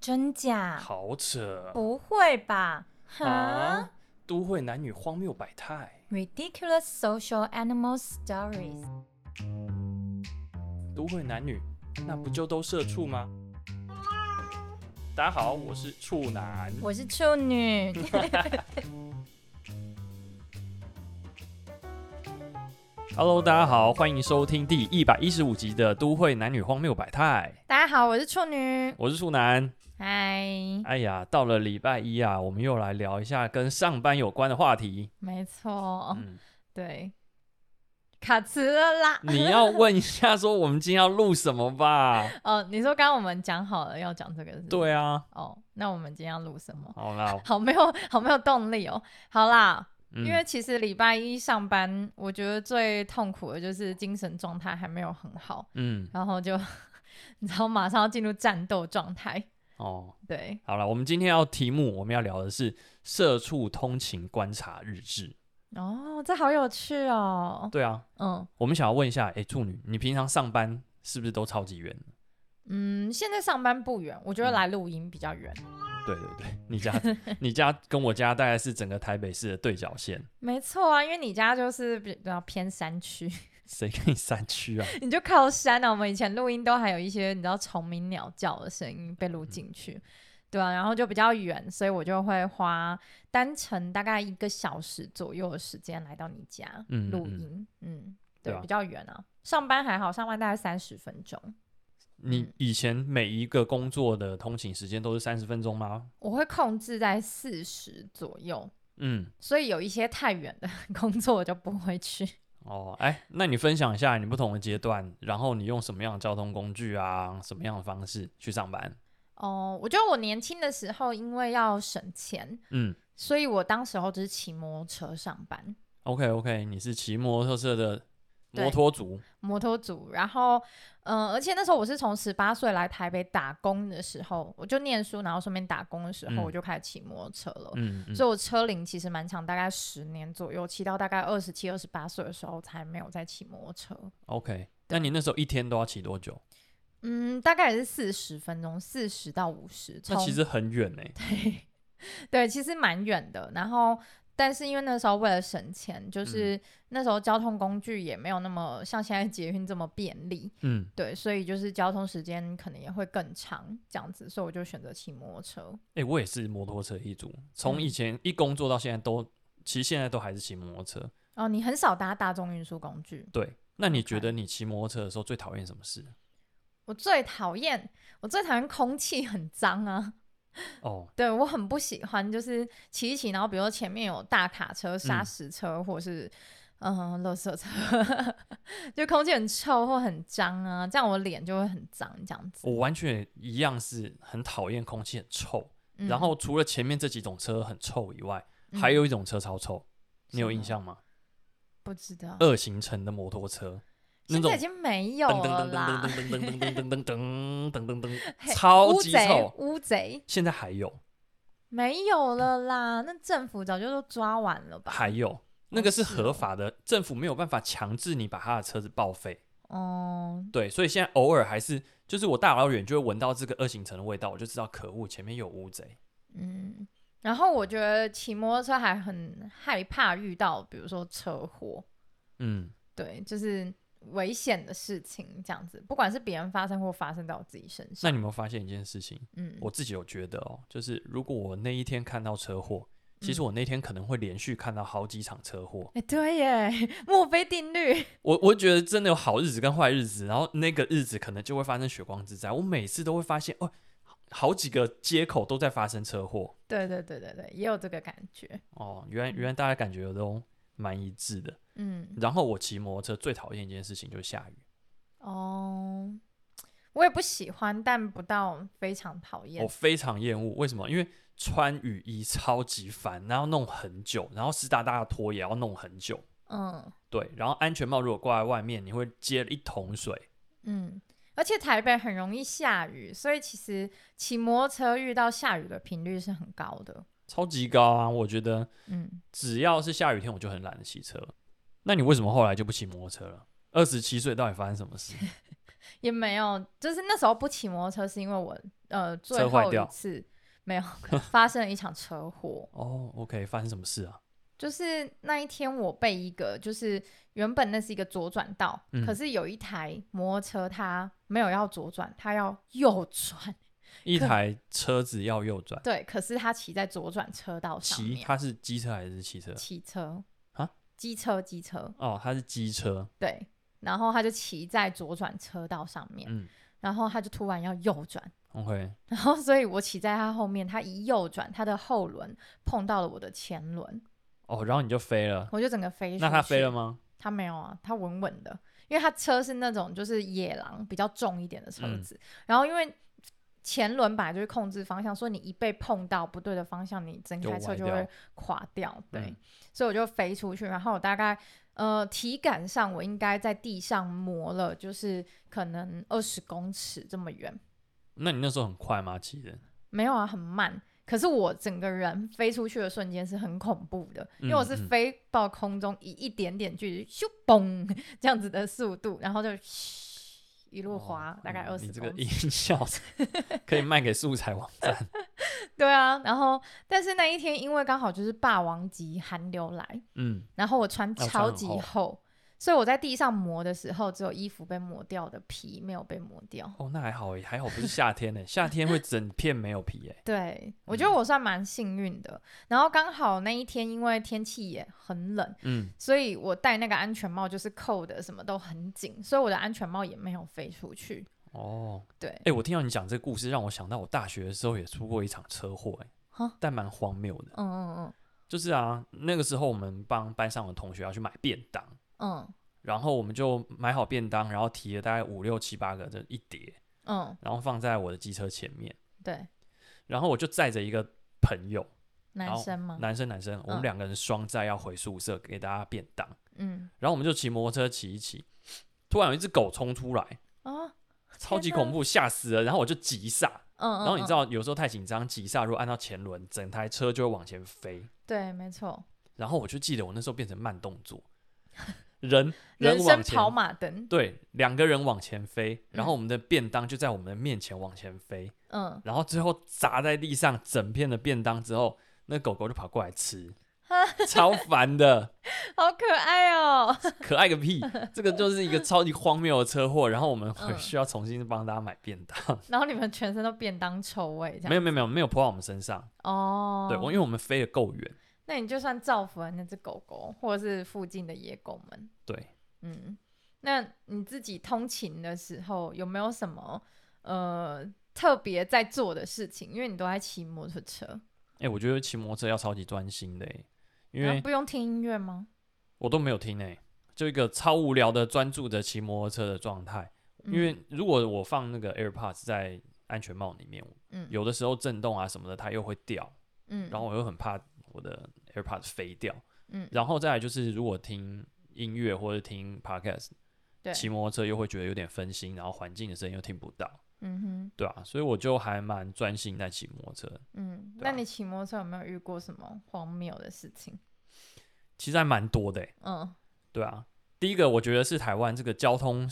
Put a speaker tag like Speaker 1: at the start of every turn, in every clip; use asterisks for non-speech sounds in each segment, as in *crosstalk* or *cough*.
Speaker 1: 真假？
Speaker 2: 好扯
Speaker 1: 不会吧？哈、
Speaker 2: 啊！都会男女荒谬百态，
Speaker 1: r i d i c u l o u s social animal stories。
Speaker 2: 都会男女那不就都社畜吗？大家好，我是处男。
Speaker 1: 我是处
Speaker 2: *laughs*
Speaker 1: 女，
Speaker 2: Hello，大家好，欢迎收听第一百一十五集的《都会男女荒谬百态》，
Speaker 1: 大家好，我是处女。
Speaker 2: 我是处男。
Speaker 1: 嗨，
Speaker 2: 哎呀，到了礼拜一啊，我们又来聊一下跟上班有关的话题。
Speaker 1: 没错，
Speaker 2: 嗯，
Speaker 1: 对，卡词了啦。
Speaker 2: 你要问一下说我们今天要录什么吧？
Speaker 1: 哦，你说刚刚我们讲好了要讲这个是不是？。
Speaker 2: 对啊，
Speaker 1: 哦，那我们今天要录什么？
Speaker 2: 好
Speaker 1: *laughs*
Speaker 2: 啦，
Speaker 1: 好没有，好没有动力哦。好啦，
Speaker 2: 嗯
Speaker 1: 因为其实礼拜一上班，我觉得最痛苦的就是精神状态还没有很好，
Speaker 2: 嗯
Speaker 1: 然后就你知道马上要进入战斗状态。
Speaker 2: 哦，
Speaker 1: 对，
Speaker 2: 好了，我们今天要题目，我们要聊的是社畜通勤观察日志。
Speaker 1: 哦，这好有趣哦。
Speaker 2: 对啊，
Speaker 1: 嗯
Speaker 2: 我们想要问一下，哎、处女，你平常上班是不是都超级远？
Speaker 1: 嗯，现在上班不远，我觉得
Speaker 2: 嗯
Speaker 1: 来录音比较远。
Speaker 2: 对对对， *laughs* 你家你家跟我家大概是整个台北市的对角线，
Speaker 1: 没错啊，因为你家就是比较偏山区， *laughs*
Speaker 2: 谁跟你山区啊？
Speaker 1: 你就靠山啊。我们以前录音都还有一些你知道虫鸣鸟叫的声音被录进去，对啊，然后就比较远，所以我就会花单程大概一个小时左右的时间来到你家
Speaker 2: 嗯嗯
Speaker 1: 录
Speaker 2: 嗯
Speaker 1: 音，嗯对，
Speaker 2: 对啊
Speaker 1: 比较远啊。上班还好，上班大概三十分钟，
Speaker 2: *laughs* 你
Speaker 1: 嗯
Speaker 2: 以前每一个工作的通勤时间都是三十分钟吗？
Speaker 1: 我会控制在四十左右，
Speaker 2: 嗯，
Speaker 1: 所以有一些太远的 *laughs* 工作我就不会去。
Speaker 2: 哦，哎，那你分享一下你不同的阶段，然后你用什么样的交通工具啊，什么样的方式去上班？
Speaker 1: 哦，我觉得我年轻的时候因为要省钱，
Speaker 2: 嗯
Speaker 1: 所以我当时候就是骑摩托车上班，
Speaker 2: ，OK OK，你是骑摩托车的
Speaker 1: 对
Speaker 2: 摩托族，
Speaker 1: 摩托组。然后，嗯、而且那时候我是从十八岁来台北打工的时候，我就念书，然后顺便打工的时候，
Speaker 2: 嗯
Speaker 1: 我就开始骑摩托车了。
Speaker 2: 嗯嗯
Speaker 1: 所以我车龄其实蛮长，大概十年左右，骑到大概二十七、二十八岁的时候才没有再骑摩托车。
Speaker 2: ，OK。那你那时候一天都要骑多久？
Speaker 1: 嗯，大概也是四十分钟，四十到五十。
Speaker 2: 那
Speaker 1: 从
Speaker 2: 其实很远呢、
Speaker 1: 对，对，其实蛮远的。然后，但是因为那时候为了省钱，
Speaker 2: 嗯
Speaker 1: 就是那时候交通工具也没有那么像现在捷运这么便利，
Speaker 2: 嗯，
Speaker 1: 对，所以就是交通时间可能也会更长这样子，所以我就选择骑摩托车。
Speaker 2: 哎、我也是摩托车一族，从
Speaker 1: 嗯
Speaker 2: 以前一工作到现在都，其实现在都还是骑摩托车。
Speaker 1: 哦，你很少搭大众运输工具。
Speaker 2: 对，那你觉
Speaker 1: OK
Speaker 2: 得你骑摩托车的时候最讨厌什么事？
Speaker 1: 我最讨厌，我最讨厌空气很脏啊！
Speaker 2: 哦，
Speaker 1: 对我很不喜欢，就是骑一骑，然后比如说前面有大卡车、砂
Speaker 2: 嗯
Speaker 1: 石车，或者是嗯，垃圾车， *laughs* 就空气很臭或很脏啊，这样我脸就会很脏，这样子。
Speaker 2: 我完全一样是很讨厌空气很臭，
Speaker 1: 嗯
Speaker 2: 然后除了前面这几种车很臭以外，
Speaker 1: 嗯
Speaker 2: 还有一种车超臭，你有
Speaker 1: 什么
Speaker 2: 印象吗？
Speaker 1: 不知道，
Speaker 2: 二行程的摩托车，呃那
Speaker 1: 现
Speaker 2: 种
Speaker 1: 在已经没有
Speaker 2: 噔
Speaker 1: 了
Speaker 2: 噔噔
Speaker 1: 啦。
Speaker 2: 噔噔噔噔噔噔噔噔噔噔噔，
Speaker 1: *laughs* 嘿
Speaker 2: 超
Speaker 1: 乌
Speaker 2: 级
Speaker 1: 贼，哦
Speaker 2: 臭。
Speaker 1: 乌贼
Speaker 2: 现在还有，
Speaker 1: 没有了啦，那政府早就都抓完了吧？
Speaker 2: 还有，那个是
Speaker 1: 是哦
Speaker 2: 合法的，政府没有办法强制你把他的车子报废。
Speaker 1: 哦、
Speaker 2: 对，所以现在偶尔还是，就是我大老远就会闻到这个二行程的味道，我就知道可恶，前面有乌贼。
Speaker 1: 嗯，然后我觉得骑摩托车还很害怕遇到，比如说车祸，
Speaker 2: 嗯，
Speaker 1: 对，就是危险的事情这样子，不管是别人发生或发生到我自己身
Speaker 2: 那
Speaker 1: 上。
Speaker 2: 你有没有发现一件事情？
Speaker 1: 啊嗯，
Speaker 2: 我自己有觉得哦，就是如果我那一天看到车祸，其实
Speaker 1: 嗯
Speaker 2: 我那天可能会连续看到好几场车祸。
Speaker 1: 哎、对耶， *laughs* 墨菲定律。
Speaker 2: 我我觉得真的有好日子跟坏日子，然后那个日子可能就会发生血光之灾。我每次都会发现哦，好几个街口都在发生车祸。
Speaker 1: 对对对对对，也有这个感觉。
Speaker 2: 哦，原来原来大家感觉都蛮一致的。
Speaker 1: 嗯，
Speaker 2: 然后我骑摩托车最讨厌一件事情就是下雨。
Speaker 1: 哦，我也不喜欢，但不到非常讨厌
Speaker 2: 我。非常厌恶。为什么？因为穿雨衣超级烦，然后弄很久，然后湿哒哒的拖也要弄很久。
Speaker 1: 嗯
Speaker 2: 对，然后安全帽如果挂在外面，你会接了一桶水。
Speaker 1: 嗯，而且台北很容易下雨，所以其实骑摩托车遇到下雨的频率是很高的。
Speaker 2: 超级高啊！我觉得
Speaker 1: 嗯，
Speaker 2: 只要是下雨天，我就很懒得骑车。那你为什么后来就不骑摩托车了？二十七岁到底发生什么事？ *laughs*
Speaker 1: 也没有，就是那时候不骑摩托车是因为我呃最
Speaker 2: 车坏
Speaker 1: 后
Speaker 2: 掉
Speaker 1: 一次没
Speaker 2: *laughs*
Speaker 1: 有发生了一场车祸，
Speaker 2: 哦，OK，发生什么事啊？
Speaker 1: 就是那一天我被一个就是原本那是一个左转道，
Speaker 2: 嗯
Speaker 1: 可是有一台摩托车它没有要左转，它要右转，
Speaker 2: 一台车子要右转，
Speaker 1: 对，可是它骑在左转车道上
Speaker 2: 骑
Speaker 1: 面，
Speaker 2: 它是机车还是汽车？
Speaker 1: 骑车
Speaker 2: 啊，
Speaker 1: 机车机车，
Speaker 2: 哦，它是机车，
Speaker 1: 对，然后他就骑在左转车道上面，
Speaker 2: 嗯
Speaker 1: 然后他就突然要右转，
Speaker 2: ，OK，
Speaker 1: 然后所以我骑在他后面，他一右转，他的后轮碰到了我的前轮，
Speaker 2: 哦，然后你就飞了，
Speaker 1: 我就整个飞出去。
Speaker 2: 那它飞了？吗？
Speaker 1: 他没有啊，他稳稳的，因为他车是那种就是野狼比较重一点的车
Speaker 2: 嗯
Speaker 1: 子，然后因为。前轮本来就是控制方向，所以你一被碰到不对的方向，你整
Speaker 2: 就
Speaker 1: 台车
Speaker 2: 歪
Speaker 1: 就
Speaker 2: 掉
Speaker 1: 会垮掉。对，
Speaker 2: 嗯
Speaker 1: 所以我就飞出去，然后我大概呃体感上我应该在地上磨了，就是可能二十公尺这么远，
Speaker 2: 那你那时候很快吗？骑的？
Speaker 1: 没有啊，很慢。可是我整个人飞出去的瞬间是很恐怖的，因为
Speaker 2: 嗯
Speaker 1: 我是
Speaker 2: 嗯
Speaker 1: 飞到空中以一点点距离，咻嘣这样子的速度，然后就嘘一路
Speaker 2: 哦
Speaker 1: 滑，大概
Speaker 2: 嗯
Speaker 1: 二十
Speaker 2: 你这
Speaker 1: 公
Speaker 2: 个
Speaker 1: 尺
Speaker 2: 音。效
Speaker 1: *laughs*
Speaker 2: 可以卖给素材网站。
Speaker 1: 对啊，然后但是那一天因为刚好就是霸王级寒流来，
Speaker 2: 嗯，
Speaker 1: 然后我穿
Speaker 2: 那我穿
Speaker 1: 超
Speaker 2: 很
Speaker 1: 级
Speaker 2: 厚
Speaker 1: 厚，所以我在地上磨的时候，只有衣服被磨掉的皮没有被磨掉。
Speaker 2: 哦，那还好欸，还好不是夏天呢，夏天会整片没有皮欸诶。
Speaker 1: 对，我
Speaker 2: 嗯
Speaker 1: 觉得我算蛮幸运的。然后刚好那一天因为天气也很冷，
Speaker 2: 嗯，
Speaker 1: 所以我戴那个安全帽就是扣的什么都很紧，所以我的安全帽也没有飞出去。
Speaker 2: 哦，
Speaker 1: 对
Speaker 2: 哎、，我听到你讲这个故事，让我想到我大学的时候也出过一场车祸，哎
Speaker 1: 哈，
Speaker 2: 但蛮荒谬的。
Speaker 1: 嗯嗯
Speaker 2: 就是啊，那个时候我们帮班上的同学要去买便当，
Speaker 1: 嗯
Speaker 2: 然后我们就买好便当，然后提了大概五六七八个这一叠，
Speaker 1: 嗯嗯，
Speaker 2: 然后放在我的机车前面，
Speaker 1: 对，
Speaker 2: 然后我就载着一个朋友，
Speaker 1: 男
Speaker 2: 然后
Speaker 1: 生吗？
Speaker 2: 男生男生，我
Speaker 1: 嗯
Speaker 2: 们两个人双载要回宿舍给大家便当，
Speaker 1: 嗯
Speaker 2: 然后我们就骑摩托车骑一骑，突然有一只狗冲出来，
Speaker 1: 啊，
Speaker 2: 超级
Speaker 1: 天哪
Speaker 2: 恐怖，吓死了，然后我就急刹。
Speaker 1: 嗯嗯，
Speaker 2: 然后你知
Speaker 1: 道，
Speaker 2: 道，有时候太紧张，急刹如果按到前轮，整台车就会往前飞。
Speaker 1: 对，没错，
Speaker 2: 然后我就记得我那时候变成慢动作，人
Speaker 1: *laughs* 人生
Speaker 2: 往前
Speaker 1: 跑马灯，
Speaker 2: 对，两个人往前飞，然后
Speaker 1: 嗯
Speaker 2: 我们的便当就在我们的面前往前飞，
Speaker 1: 嗯，
Speaker 2: 然后最后砸在地上整片的便当之后，那狗狗就跑过来吃，超烦的，
Speaker 1: 好可爱哦， *laughs*
Speaker 2: 可爱个屁！这个就是一个超级荒谬的车祸，然后我们回
Speaker 1: 嗯
Speaker 2: 去要重新帮大家买便当，
Speaker 1: 然后你们全身都便当臭味，这样
Speaker 2: 没有没有没有没有泼到我们身上，
Speaker 1: 哦，
Speaker 2: 对，我因为我们飞得够远，
Speaker 1: 那你就算造福了那只狗狗，或者是附近的野狗们，
Speaker 2: 对，
Speaker 1: 嗯，那你自己通勤的时候有没有什么呃特别在做的事情？因为你都在骑摩托车，
Speaker 2: 哎、我觉得骑摩托车要超级专心的欸，因
Speaker 1: 然
Speaker 2: 为
Speaker 1: 后不用听音乐吗？
Speaker 2: 我都没有听诶、欸就一个超无聊的专注的骑摩托车的状态。
Speaker 1: 嗯
Speaker 2: 因为如果我放那个 AirPods 在安全帽里面，
Speaker 1: 嗯
Speaker 2: 有的时候震动啊什么的，它又会掉，
Speaker 1: 嗯，
Speaker 2: 然后我又很怕我的 AirPods 飞掉。
Speaker 1: 嗯
Speaker 2: 然后再来就是，如果听音乐或者听 Podcast，
Speaker 1: 对，
Speaker 2: 骑摩托车又会觉得有点分心，然后环境的声音又听不到，
Speaker 1: 嗯哼
Speaker 2: 对啊，所以我就还蛮专心在骑摩托车，
Speaker 1: 嗯，
Speaker 2: 对
Speaker 1: 那
Speaker 2: 啊
Speaker 1: 你骑摩托车有没有遇过什么荒谬的事情？
Speaker 2: 其实还蛮多的欸、
Speaker 1: 嗯，
Speaker 2: 对啊。第一个我觉得是台湾这个交通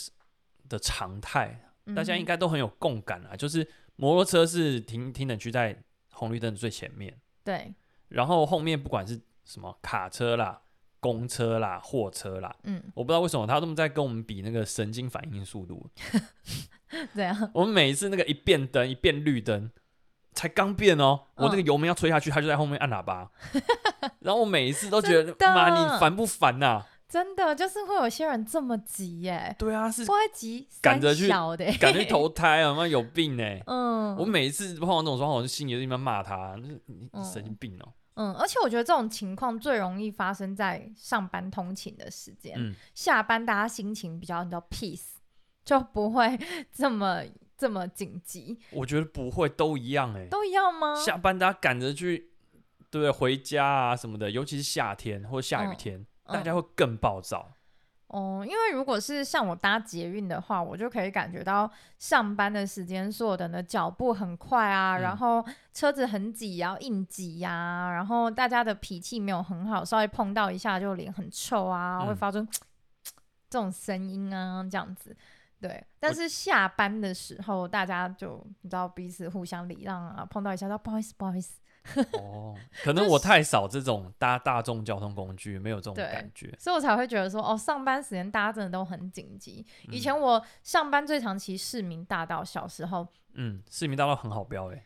Speaker 2: 的常态，大家应
Speaker 1: 该
Speaker 2: 该都很有共感啊，就是摩托车是停停等区在红绿灯最前面，
Speaker 1: 对，
Speaker 2: 然后后面不管是什么卡车啦、公车啦、货车啦，
Speaker 1: 嗯，
Speaker 2: 我不知道为什么他们在跟我们比那个神经反应速度。
Speaker 1: 嗯这样，
Speaker 2: 我们每一次那个一变灯、一变绿灯，才刚变哦，我
Speaker 1: 嗯
Speaker 2: 那个油门要吹下去，他就在后面按
Speaker 1: *laughs*
Speaker 2: 喇叭，然后我每一次都觉得
Speaker 1: 真的
Speaker 2: 妈你烦不烦呐、
Speaker 1: 真的就是会有些人这么急耶，
Speaker 2: 对啊，是
Speaker 1: 不会急，
Speaker 2: 赶着去
Speaker 1: 小的耶，
Speaker 2: 感觉投胎啊，妈有病哎、
Speaker 1: *laughs* 嗯，
Speaker 2: 我每一次碰到这种状况，我就心里就一边骂他，就是你你神经病哦、
Speaker 1: 嗯，而且我觉得这种情况最容易发生在上班通勤的时间，
Speaker 2: 嗯
Speaker 1: 下班大家心情比较你知道 peace，就不会 *laughs* 这么这么紧急，
Speaker 2: 我觉得不会，都一样哎、
Speaker 1: 嗯都一啊样吗？
Speaker 2: 下班大家赶着去，对不对？回家啊什么的，尤其是夏天或下雨天，
Speaker 1: 嗯
Speaker 2: 大家会更暴
Speaker 1: *laughs*
Speaker 2: 躁。
Speaker 1: 哦、因为如果是像我搭捷运的话，我就可以感觉到上班的时间，所有的人的脚步很快啊，
Speaker 2: 嗯
Speaker 1: 然后车子很挤啊，硬挤呀、然后大家的脾气没有很好，稍微碰到一下就脸很臭啊，
Speaker 2: 嗯
Speaker 1: 会发出这种声音啊，这样子。对，但是下班的时候，大家就你知道彼此互相礼让啊，碰到一下说不好意思，不好意思。
Speaker 2: 哦，可能我太少这种搭大众交通工具，没有这种
Speaker 1: 对
Speaker 2: 感觉。
Speaker 1: 所以我才会觉得说，哦，上班时间大家真的都很紧急。以
Speaker 2: 嗯
Speaker 1: 前我上班最长骑市民大道，小时候
Speaker 2: 嗯，市民大道很好欸标诶、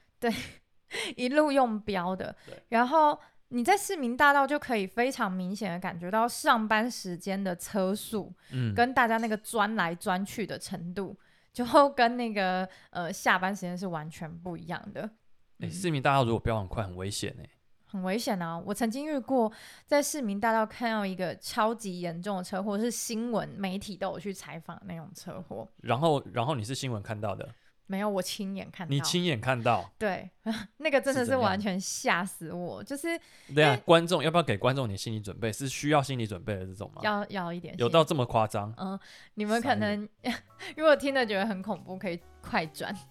Speaker 1: 一路用标的
Speaker 2: 对，
Speaker 1: 然后你在市民大道就可以非常明显的感觉到上班时间的车速
Speaker 2: 嗯，
Speaker 1: 跟大家那个钻来钻去的程度，就 *laughs* 跟那个呃下班时间是完全不一样的。
Speaker 2: 诶
Speaker 1: 嗯
Speaker 2: 欸市民大道如果标很快，很危险欸诶、
Speaker 1: 很危险啊！我曾经遇过在市民大道看到一个超级严重的车祸，是新闻媒体都有去采访那种车祸，
Speaker 2: 然后，然后你是新闻看到的，
Speaker 1: 没有我亲眼看到。
Speaker 2: 你亲眼看到。
Speaker 1: 对， *laughs* 那个真的
Speaker 2: 是
Speaker 1: 是
Speaker 2: 怎么样
Speaker 1: 完全吓死我，就是
Speaker 2: 对啊，观众要不要给观众点心理准备？是需要心理准备的这种吗？
Speaker 1: 要要一点
Speaker 2: 有
Speaker 1: 心
Speaker 2: 到这么夸张？
Speaker 1: 嗯，你们
Speaker 2: 傻
Speaker 1: 可
Speaker 2: 眼
Speaker 1: 能 *laughs* 如果听了觉得很恐怖，可以快转。 *laughs*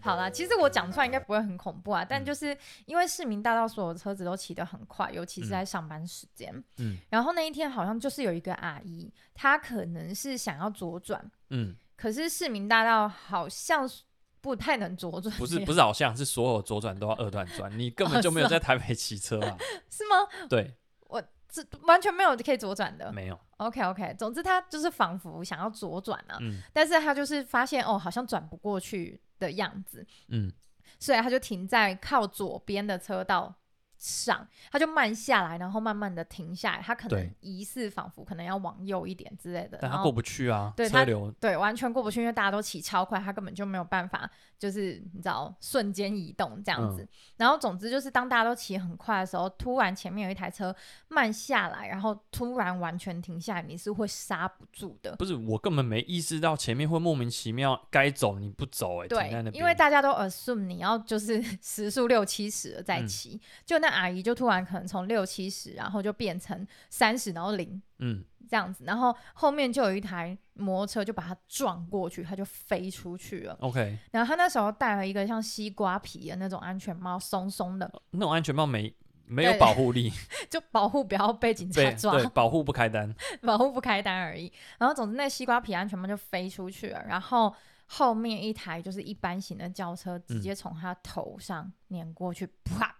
Speaker 1: 好啦，其实我讲出来应该不会很恐怖啊，但
Speaker 2: 嗯
Speaker 1: 就是因为市民大道所有车子都骑得很快，尤其是
Speaker 2: 嗯
Speaker 1: 在上班时间。
Speaker 2: 嗯
Speaker 1: 然后那一天好像就是有一个阿姨，她可能是想要左转，
Speaker 2: 嗯，
Speaker 1: 可是市民大道好像是不太能左转，
Speaker 2: 不是不
Speaker 1: 是
Speaker 2: 是，好像是所有左转都要二段转，你根本就
Speaker 1: *laughs*
Speaker 2: 没有在台北骑车啊。
Speaker 1: 哦是吗？哦
Speaker 2: 对，
Speaker 1: 我这 *laughs* 完全没有可以左转的。
Speaker 2: 没有。
Speaker 1: OK OK，总之她就是仿佛想要左转啊，
Speaker 2: 嗯
Speaker 1: 但是他就是发现哦，好像转不过去的样子，
Speaker 2: 嗯
Speaker 1: 所以他就停在靠左边的车道上，他就慢下来，然后慢慢的停下来，他可能
Speaker 2: 对
Speaker 1: 疑似仿佛可能要往右一点之类的，
Speaker 2: 但
Speaker 1: 然
Speaker 2: 他
Speaker 1: 后
Speaker 2: 过不去啊，
Speaker 1: 对
Speaker 2: 车
Speaker 1: 他
Speaker 2: 流。
Speaker 1: 对，完全过不去，因为大家都骑超快，他根本就没有办法，就是你知道瞬间移动这
Speaker 2: 嗯
Speaker 1: 样子。然后总之就是，当大家都骑很快的时候，突然前面有一台车慢下来，然后突然完全停下来，你是会刹不住的。
Speaker 2: 不是，我根本没意识到前面会莫名其妙该走你不走、欸，哎，停在
Speaker 1: 对
Speaker 2: 那边，
Speaker 1: 因为大家都 assume 你要就是 *laughs* 时速六七十了
Speaker 2: 嗯
Speaker 1: 再骑，就那阿姨就突然可能从六七十，然后就变成三十，然后零
Speaker 2: 嗯
Speaker 1: 这样子，然后后面就有一台摩托车就把她撞过去，她就飞出去了。
Speaker 2: ，OK，
Speaker 1: 然后她那时候戴了一个像西瓜皮的那种安全帽，松松的，
Speaker 2: 那种安全帽没没有
Speaker 1: 对
Speaker 2: 保
Speaker 1: *laughs*
Speaker 2: 护力，
Speaker 1: 就保护不要被警察
Speaker 2: 被
Speaker 1: 抓
Speaker 2: 对，保护不开单，
Speaker 1: 保护不开单而已。然后总之那西瓜皮安全帽就飞出去了，然后后面一台就是一般型的轿车
Speaker 2: 嗯
Speaker 1: 直接从他头上碾过去，啪！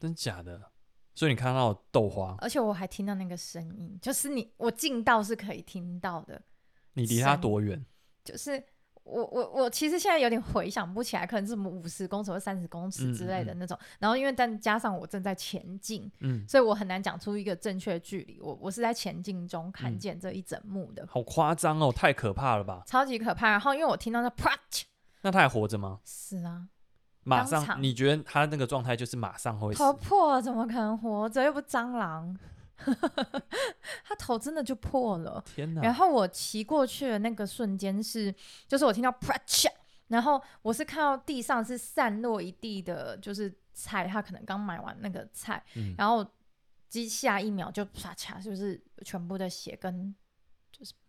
Speaker 2: 真假的？所以你看到豆花，
Speaker 1: 而且我还听到那个声音，就是你我近到是可以听到的，
Speaker 2: 你离它
Speaker 1: 神
Speaker 2: 多远？
Speaker 1: 就是。我我我其实现在有点回想不起来，可能是什么五十公尺或三十公尺之类的
Speaker 2: 嗯
Speaker 1: 那种。然后因为但加上我正在前进，
Speaker 2: 嗯，
Speaker 1: 所以我很难讲出一个正确的距离。我我是在前进中看
Speaker 2: 嗯
Speaker 1: 见这一整幕的，
Speaker 2: 好夸张哦，太可怕了吧？
Speaker 1: 超级可怕。然后因为我听到那啪，
Speaker 2: 那他还活着吗？
Speaker 1: 是啊，
Speaker 2: 马
Speaker 1: 当
Speaker 2: 上，
Speaker 1: 场
Speaker 2: 你觉得他那个状态就是马上会死
Speaker 1: 头？破了怎么可能活着？又不蟑螂， *laughs* 他头真的就破了。
Speaker 2: 天
Speaker 1: 然
Speaker 2: 哪！
Speaker 1: 后我骑过去的那个瞬间是，就是我听到啪嚓，然后我是看到地上是散落一地的，就是菜，他可能刚买完那个菜，
Speaker 2: 嗯
Speaker 1: 然后机下一秒就啪嚓，就是全部的血跟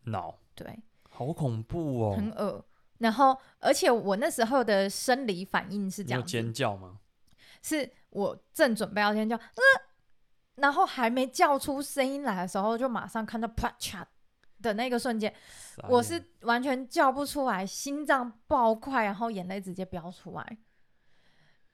Speaker 2: 脑，
Speaker 1: 对，
Speaker 2: 好恐怖
Speaker 1: 很
Speaker 2: 哦！
Speaker 1: 恶。然后，而且我那时候的生理反应是
Speaker 2: 你
Speaker 1: 这
Speaker 2: 有
Speaker 1: 样子
Speaker 2: 尖叫吗？
Speaker 1: 是我正准备要尖叫，呃，然后还没叫出声音来的时候，就马上看到啪嚓的那个瞬间，
Speaker 2: 傻
Speaker 1: 我
Speaker 2: 眼
Speaker 1: 是完全叫不出来，心脏爆快，然后眼泪直接飙出来，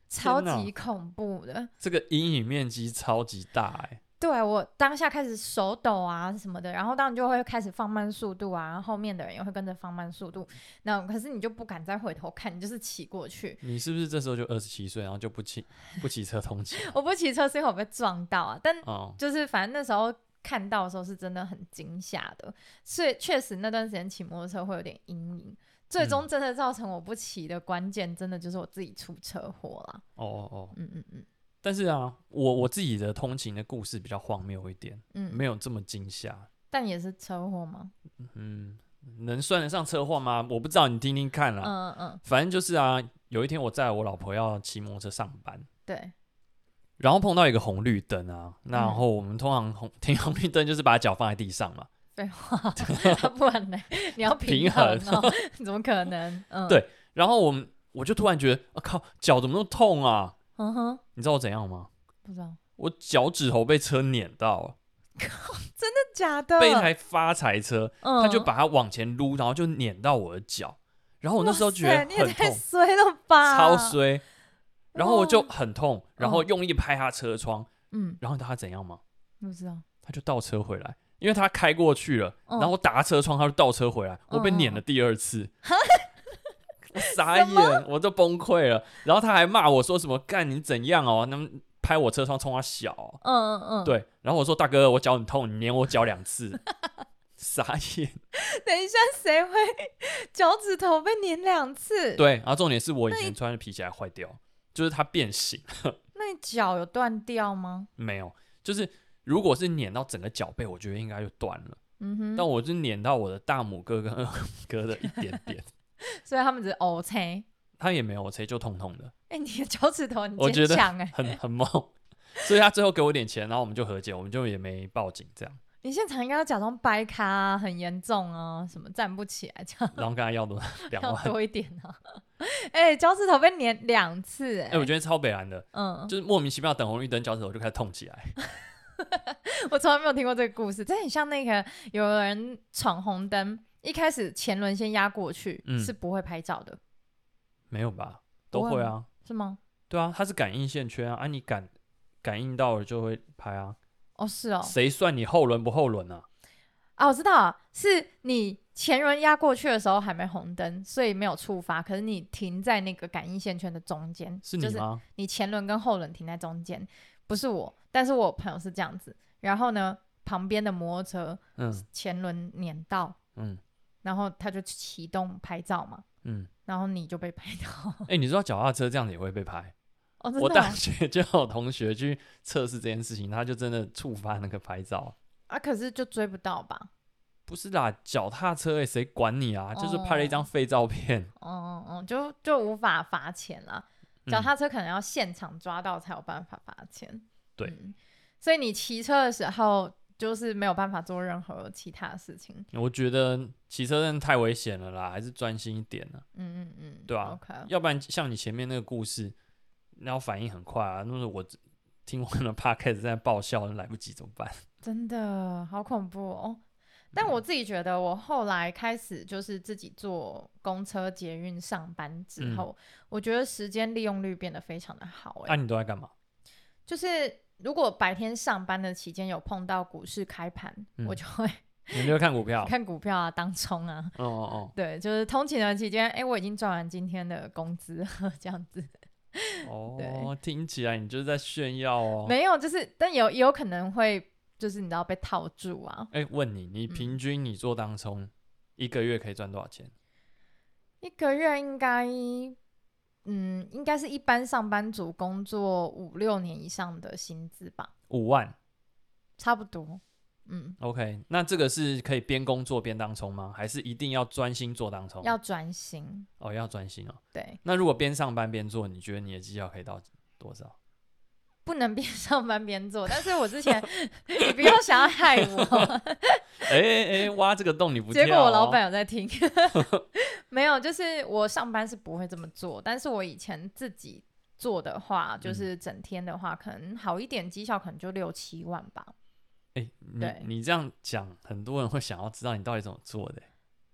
Speaker 1: 超
Speaker 2: 天哪
Speaker 1: 级恐怖的。
Speaker 2: 这个阴影面积超级大哎，
Speaker 1: 对我当下开始手抖啊什么的，然后当然就会开始放慢速度啊，然后后面的人也会跟着放慢速度。那可是你就不敢再回头看，你就是骑过去。
Speaker 2: 你是不是这时候就二十七岁，然后就不骑 *laughs* 不骑车
Speaker 1: *laughs*
Speaker 2: 通勤？
Speaker 1: 我不骑车是因为我被撞到啊，但
Speaker 2: 哦，
Speaker 1: 就是反正那时候看到的时候是真的很惊吓的，所以确实那段时间骑摩托车会有点阴影。最
Speaker 2: 嗯
Speaker 1: 终真的造成我不骑的关键，真的就是我自己出车祸啦。
Speaker 2: 哦哦哦！
Speaker 1: 嗯嗯嗯
Speaker 2: 但是啊，我我自己的通勤的故事比较荒谬一点，
Speaker 1: 嗯，
Speaker 2: 没有这么惊吓。
Speaker 1: 但也是车祸吗？
Speaker 2: 嗯，能算得上车祸吗？我不知道，你听听看啦。
Speaker 1: 嗯嗯，
Speaker 2: 反正就是啊，有一天我载我老婆要骑摩托车上班，
Speaker 1: 对， *laughs*
Speaker 2: 然后碰到一个红绿灯啊，然后我们通常红停红绿灯就是把脚放在地上嘛，
Speaker 1: 废话，啊不然呢？你要衡
Speaker 2: 平
Speaker 1: 哦， *laughs* 怎么可能？嗯，
Speaker 2: 对然后我们我就突然觉得，我、靠，脚怎么那么痛啊？
Speaker 1: 嗯哼，
Speaker 2: 你知道我怎样吗？
Speaker 1: 不知道，
Speaker 2: 我脚趾头被车碾到，啊
Speaker 1: 假的？
Speaker 2: 被一台发财车，
Speaker 1: 嗯
Speaker 2: 他就把它往前撸，然后就碾到我的脚，然后我那时候觉
Speaker 1: 哇塞
Speaker 2: 得
Speaker 1: 你也
Speaker 2: 很
Speaker 1: 太
Speaker 2: 痛，
Speaker 1: 衰了嗯吧，
Speaker 2: 超，衰，然后我就
Speaker 1: 哇
Speaker 2: 很痛，然后用力拍他车窗，
Speaker 1: 嗯，
Speaker 2: 然后你知道他怎样吗？
Speaker 1: 不知道，
Speaker 2: 他就倒车回来，因为他开过去了，
Speaker 1: 嗯
Speaker 2: 然后我打他车窗，他就倒车回来，我被
Speaker 1: 嗯嗯
Speaker 2: 撵了第二次。 *laughs* 我傻
Speaker 1: 什么
Speaker 2: 眼，我都崩溃了。然后他还骂我说什么“干你怎样哦，能拍我车窗冲他小哦、
Speaker 1: 嗯嗯嗯，，
Speaker 2: 对，然后我说：“大哥，我脚很痛，你撵我脚两次。”
Speaker 1: *laughs*
Speaker 2: 傻眼。 *laughs*
Speaker 1: 等一下谁会脚趾头被碾两次？，
Speaker 2: 对，然后重点是我以前穿的皮鞋还坏掉，就是它变形
Speaker 1: 那你脚有断掉吗？
Speaker 2: 没有，就是如果是碾到整个脚背，我觉得应该就断了。
Speaker 1: 嗯哼，
Speaker 2: 但我就碾到我的大拇哥跟二拇哥的一点点，
Speaker 1: 所以他们只是 O K。
Speaker 2: 他也没有，我谁就痛痛的，
Speaker 1: 哎、你的脚趾头很
Speaker 2: 我
Speaker 1: 坚
Speaker 2: 觉得
Speaker 1: 强哎、
Speaker 2: 很 *laughs* 很猛。所以他最后给我点钱，然后我们就和解，我们就也没报警这
Speaker 1: *laughs*
Speaker 2: 样，
Speaker 1: 你现场应该要假装掰咖、啊，很严重啊，什么站不起来这样，
Speaker 2: 然后跟他要多
Speaker 1: *laughs*
Speaker 2: 两
Speaker 1: 要
Speaker 2: 万。
Speaker 1: 多一点啊。
Speaker 2: *laughs*
Speaker 1: 哎、脚趾头被碾两次哎、
Speaker 2: 哎、我觉得超北蓝的，
Speaker 1: 嗯，
Speaker 2: 就是莫名其妙等红绿灯，脚趾头就开始痛起来。
Speaker 1: 我从来没有听过这个故事，这很像那个有人闯红灯，一开始前轮先压过去、
Speaker 2: 嗯
Speaker 1: 是不会拍照的，
Speaker 2: 没有吧？
Speaker 1: 不
Speaker 2: 都
Speaker 1: 会
Speaker 2: 会
Speaker 1: 吗
Speaker 2: 啊，
Speaker 1: 是吗？
Speaker 2: 对啊，它是感应线圈啊，啊你感感应到了就会拍啊，
Speaker 1: 哦，是哦，
Speaker 2: 谁算你后轮不后轮啊？
Speaker 1: 啊，我知道了，是你前轮压过去的时候还没红灯，所以没有触发，可是你停在那个感应线圈的中间，
Speaker 2: 是你
Speaker 1: 就是
Speaker 2: 吗？
Speaker 1: 你前轮跟后轮停在中间，不是我，但是我朋友是这样子。然后呢，旁边的摩托车
Speaker 2: 嗯
Speaker 1: 前轮碾到，
Speaker 2: 嗯
Speaker 1: 然后他就启动拍照嘛， *laughs*
Speaker 2: 嗯，
Speaker 1: 然后你就被拍到。 *laughs*
Speaker 2: 哎、你知道脚踏车这样子也会被拍？
Speaker 1: 哦，真
Speaker 2: 我
Speaker 1: 的
Speaker 2: 大
Speaker 1: 哦
Speaker 2: 学 *laughs* 就有同学去测试这件事情，他就真的触发那个拍照。
Speaker 1: 啊，可是就追不到吧？
Speaker 2: 不是啦，脚踏车哎、谁管你啊？就是拍了一张废照片， *laughs*
Speaker 1: 哦哦哦，就就无法罚钱啦。
Speaker 2: 嗯
Speaker 1: 脚踏车可能要现场抓到才有办法罚钱。
Speaker 2: 对
Speaker 1: 嗯所以你骑车的时候就是没有办法做任何其他的事情。
Speaker 2: 我觉得骑车真的太危险了啦，还是专心一点呢、
Speaker 1: 嗯嗯嗯，
Speaker 2: 对啊
Speaker 1: OK，
Speaker 2: 要不然像你前面那个故事，然后反应很快啊，那是我听完了 podcast 在爆笑，来不及怎么
Speaker 1: *laughs*
Speaker 2: 办？
Speaker 1: 真的好恐怖哦！但
Speaker 2: 嗯
Speaker 1: 我自己觉得，我后来开始就是自己坐公车、捷运上班之
Speaker 2: 嗯
Speaker 1: 后，我觉得时间利用率变得非常的好、欸。
Speaker 2: 啊，你都在干嘛？
Speaker 1: 就是如果白天上班的期间有碰到股市开盘，
Speaker 2: 嗯
Speaker 1: 我就会
Speaker 2: 你就看股
Speaker 1: *laughs*
Speaker 2: 票？
Speaker 1: 看股票啊、当冲啊。 *laughs*
Speaker 2: 哦哦
Speaker 1: 对，就是通勤的期间，哎、我已经赚完今天的工资了，这样子。
Speaker 2: 哦
Speaker 1: 对
Speaker 2: 哦，听起来你就是在炫耀哦。
Speaker 1: 没有，就是但有也有可能会，就是你知道被套住啊。
Speaker 2: 哎、问你，你平均你做当冲、一个月可以赚多少钱？
Speaker 1: 一个月应该，嗯，应该是一般上班族工作五六年以上的薪资吧，
Speaker 2: 五万。
Speaker 1: 差不多。嗯，
Speaker 2: OK，那这个是可以边工作边当冲吗？还是一定要专心做当冲？
Speaker 1: 要专心。
Speaker 2: 哦，要专心哦。
Speaker 1: 对，
Speaker 2: 那如果边上班边做，你觉得你的绩效可以到
Speaker 1: *laughs*
Speaker 2: 多少？
Speaker 1: 不能边上班边做。但是我之前， *laughs* 你不要想要害我，
Speaker 2: 哎哎哎，挖这个洞你不跳、
Speaker 1: 结
Speaker 2: 哦？
Speaker 1: 果我老板有在听。 *laughs* 没有，就是我上班是不会这么做，但是我以前自己做的话，就
Speaker 2: 嗯
Speaker 1: 是整天的话，可能好一点绩效可能就六七万吧。
Speaker 2: 哎、你
Speaker 1: 对
Speaker 2: 你这样讲，很多人会想要知道你到底怎么做的欸、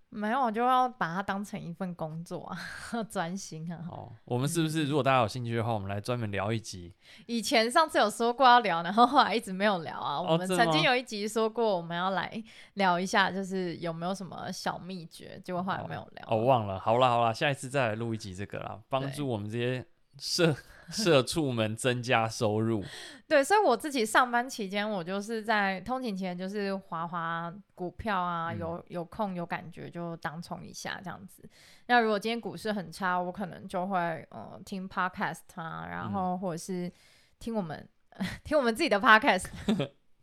Speaker 1: 没有，我就要把它当成一份工作啊， *laughs* 专心啊。
Speaker 2: 哦，我们是不是如果大家有兴趣的话，我们来专门聊一集？
Speaker 1: 以前上次有说过要聊，然后后来一直没有聊啊。
Speaker 2: 哦
Speaker 1: 我们
Speaker 2: 真的
Speaker 1: 曾
Speaker 2: 吗
Speaker 1: 经有一集说过我们要来聊一下，就是有没有什么小秘诀，结果后来没有聊啊。
Speaker 2: 哦，忘了，好啦好啦，下一次再来录一集这个啦，帮
Speaker 1: 对
Speaker 2: 助我们这些
Speaker 1: *laughs*
Speaker 2: 社社畜们增加收入。
Speaker 1: 对，所以我自己上班期间，我就是在通勤前就是划划股票啊，
Speaker 2: 嗯
Speaker 1: 有有空有感觉就当冲一下这样子。那如果今天股市很差，我可能就会呃听 podcast 啊，然
Speaker 2: 嗯
Speaker 1: 后或者是听我们、 *laughs* 听我们自己的 podcast， *laughs*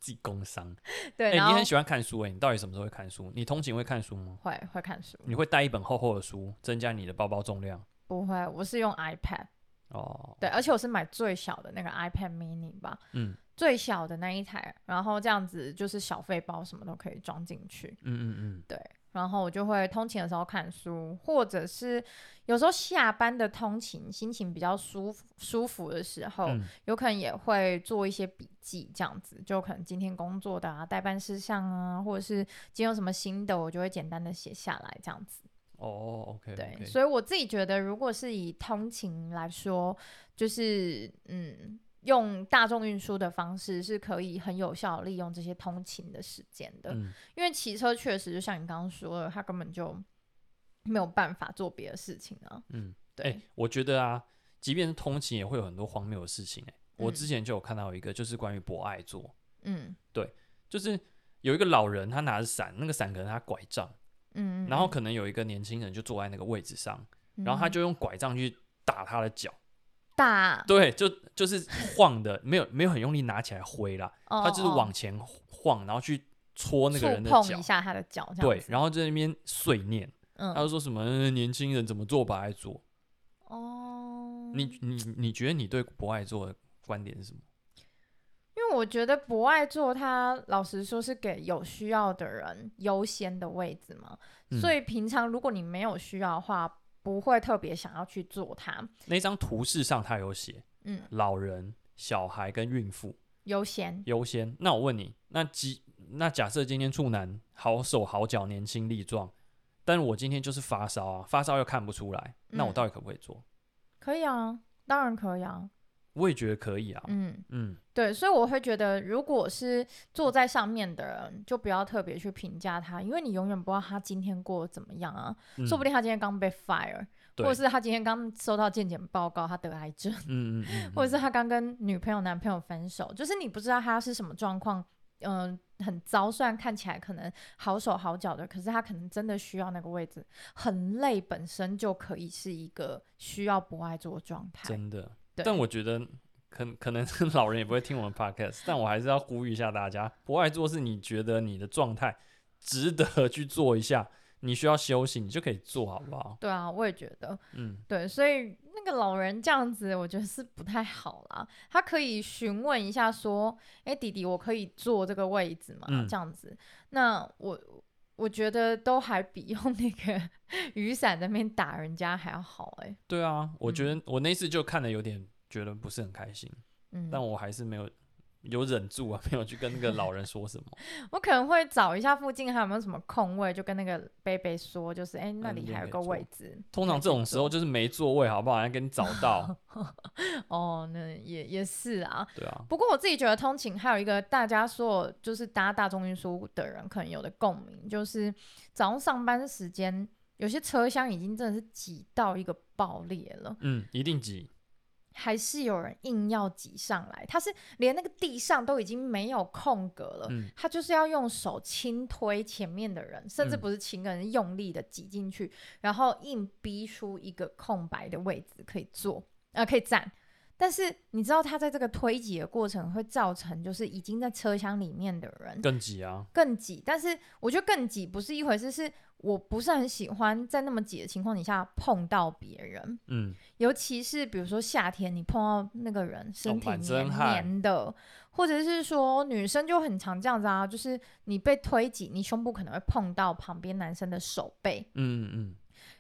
Speaker 2: 自己工商，
Speaker 1: 对，
Speaker 2: 哎、
Speaker 1: 然
Speaker 2: 你
Speaker 1: 后
Speaker 2: 很喜欢看书哎、你到底什么时候会看书？你通勤会看书吗？
Speaker 1: 会会看书，
Speaker 2: 你会带一本厚厚的书，增加你的包包重量
Speaker 1: 不会，我是用 iPad，
Speaker 2: 哦。
Speaker 1: 对，而且我是买最小的那个 iPad mini 吧，
Speaker 2: 嗯
Speaker 1: 最小的那一台，然后这样子就是小费包什么都可以装进去，
Speaker 2: 嗯嗯嗯，
Speaker 1: 对，然后我就会通勤的时候看书，或者是有时候下班的通勤心情比较舒服舒服的时候，
Speaker 2: 嗯
Speaker 1: 有可能也会做一些笔记，这样子，就可能今天工作的啊、代办事项啊，或者是今天有什么新的，我就会简单的写下来，这样子。
Speaker 2: 哦，OK，
Speaker 1: 对所以我自己觉得，如果是以通勤来说，就是嗯，用大众运输的方式是可以很有效地利用这些通勤的时间的，
Speaker 2: 嗯，
Speaker 1: 因为骑车确实就像你刚刚说的，它根本就没有办法做别的事情啊。
Speaker 2: 嗯，哎、
Speaker 1: 对，
Speaker 2: 我觉得啊，即便是通勤也会有很多荒谬的事情、哎，我之前就有看到一个，就是关于博爱座，
Speaker 1: 嗯
Speaker 2: 就是有一个老人他拿着伞，那个伞可能他拐杖，
Speaker 1: 嗯，
Speaker 2: 然后可能有一个年轻人就坐在那个位置上，
Speaker 1: 嗯
Speaker 2: 然后他就用拐杖去打他的脚，
Speaker 1: 打，
Speaker 2: 对，就就是晃的，没有没有很用力拿起来挥啦，
Speaker 1: 他
Speaker 2: 他就是往前晃，然后去戳那个人的
Speaker 1: 哦碰
Speaker 2: 脚
Speaker 1: 一。下他的脚，这样
Speaker 2: 对，
Speaker 1: 子，
Speaker 2: 然后在那边碎念，他
Speaker 1: 嗯，
Speaker 2: 就说什么、呃年轻人怎么做不爱做？
Speaker 1: 哦，
Speaker 2: 你你你觉得你对不爱做的观点是什么？
Speaker 1: 因为我觉得博爱座它老实说是给有需要的人优先的位置嘛，
Speaker 2: 嗯
Speaker 1: 所以平常如果你没有需要的话，不会特别想要去做它。
Speaker 2: 那张图示上它有写
Speaker 1: 嗯，
Speaker 2: 老人、小孩跟孕妇
Speaker 1: 优先，
Speaker 2: 优先。那我问你，那即那假设今天处男好手好脚、年轻力壮，但我今天就是发烧啊，发烧又看不出来，那
Speaker 1: 嗯
Speaker 2: 我到底可不可以做？
Speaker 1: 可以啊，当然可以啊。
Speaker 2: 我也觉得可以啊。
Speaker 1: 嗯，
Speaker 2: 嗯
Speaker 1: 对，所以我会觉得，如果是坐在上面的人，就不要特别去评价他，因为你永远不知道他今天过得怎么样啊，
Speaker 2: 嗯，
Speaker 1: 说不定他今天刚被 fire，或
Speaker 2: 对，
Speaker 1: 者是他今天刚收到健检报告，他得癌症。
Speaker 2: 嗯嗯嗯，
Speaker 1: *laughs* 或者
Speaker 2: 嗯
Speaker 1: 是他刚跟女朋友、男朋友分手，就是你不知道他是什么状况，嗯、很糟，虽然看起来可能好手好脚的，可是他可能真的需要那个位置，很累，本身就可以是一个需要不爱做的状态。
Speaker 2: 真的。
Speaker 1: 对
Speaker 2: 但我觉得可可能老人也不会听我们 podcast，但我还是要呼吁一下大家，不爱做是你觉得你的状态值得去做一下，你需要休息，你就可以做好不好？
Speaker 1: 对啊，我也觉得，
Speaker 2: 嗯，
Speaker 1: 对，所以那个老人这样子，我觉得是不太好啦。他可以询问一下，说：“哎、弟弟，我可以坐这个位置吗？”
Speaker 2: 嗯
Speaker 1: 这样子，那我我觉得都还比用那个 *laughs* 雨伞在那边打人家还要好、欸。哎，
Speaker 2: 对啊，我觉得我那次就看的有点觉得不是很开心，
Speaker 1: 嗯，
Speaker 2: 但我还是没有。有忍住啊，没有去跟那个老人说什么。
Speaker 1: 我可能会找一下附近还有没有什么空位，就跟那个贝贝说，就是哎、那
Speaker 2: 嗯
Speaker 1: 里
Speaker 2: 也
Speaker 1: 还有
Speaker 2: 可以
Speaker 1: 个
Speaker 2: 坐
Speaker 1: 位置。
Speaker 2: 通常这种时候就是没座位，好不好？要给你找
Speaker 1: *laughs*
Speaker 2: 到，
Speaker 1: 哦，那也也是啊。
Speaker 2: 对啊，
Speaker 1: 不过我自己觉得通勤还有一个大家所有就是搭大众运输的人可能有的共鸣，就是早上上班时间，有些车厢已经真的是挤到一个爆裂了，
Speaker 2: 嗯，一定挤，
Speaker 1: 还是有人硬要挤上来，他是连那个地上都已经没有空格了，
Speaker 2: 嗯
Speaker 1: 他就是要用手轻推前面的人，甚至
Speaker 2: 嗯
Speaker 1: 不是轻人，是用力的挤进去，然后硬逼出一个空白的位置可以坐，呃，可以站。但是你知道，他在这个推挤的过程会造成，就是已经在车厢里面的人
Speaker 2: 更挤啊，
Speaker 1: 更挤。但是我觉得更挤不是一回事，是我不是很喜欢在那么挤的情况底下碰到别人，
Speaker 2: 嗯，
Speaker 1: 尤其是比如说夏天，你碰到那个人身体
Speaker 2: 哦满身
Speaker 1: 黏
Speaker 2: 汗
Speaker 1: 黏的，或者是说女生就很常这样子啊，就是你被推挤，你胸部可能会碰到旁边男生的手背，
Speaker 2: 嗯嗯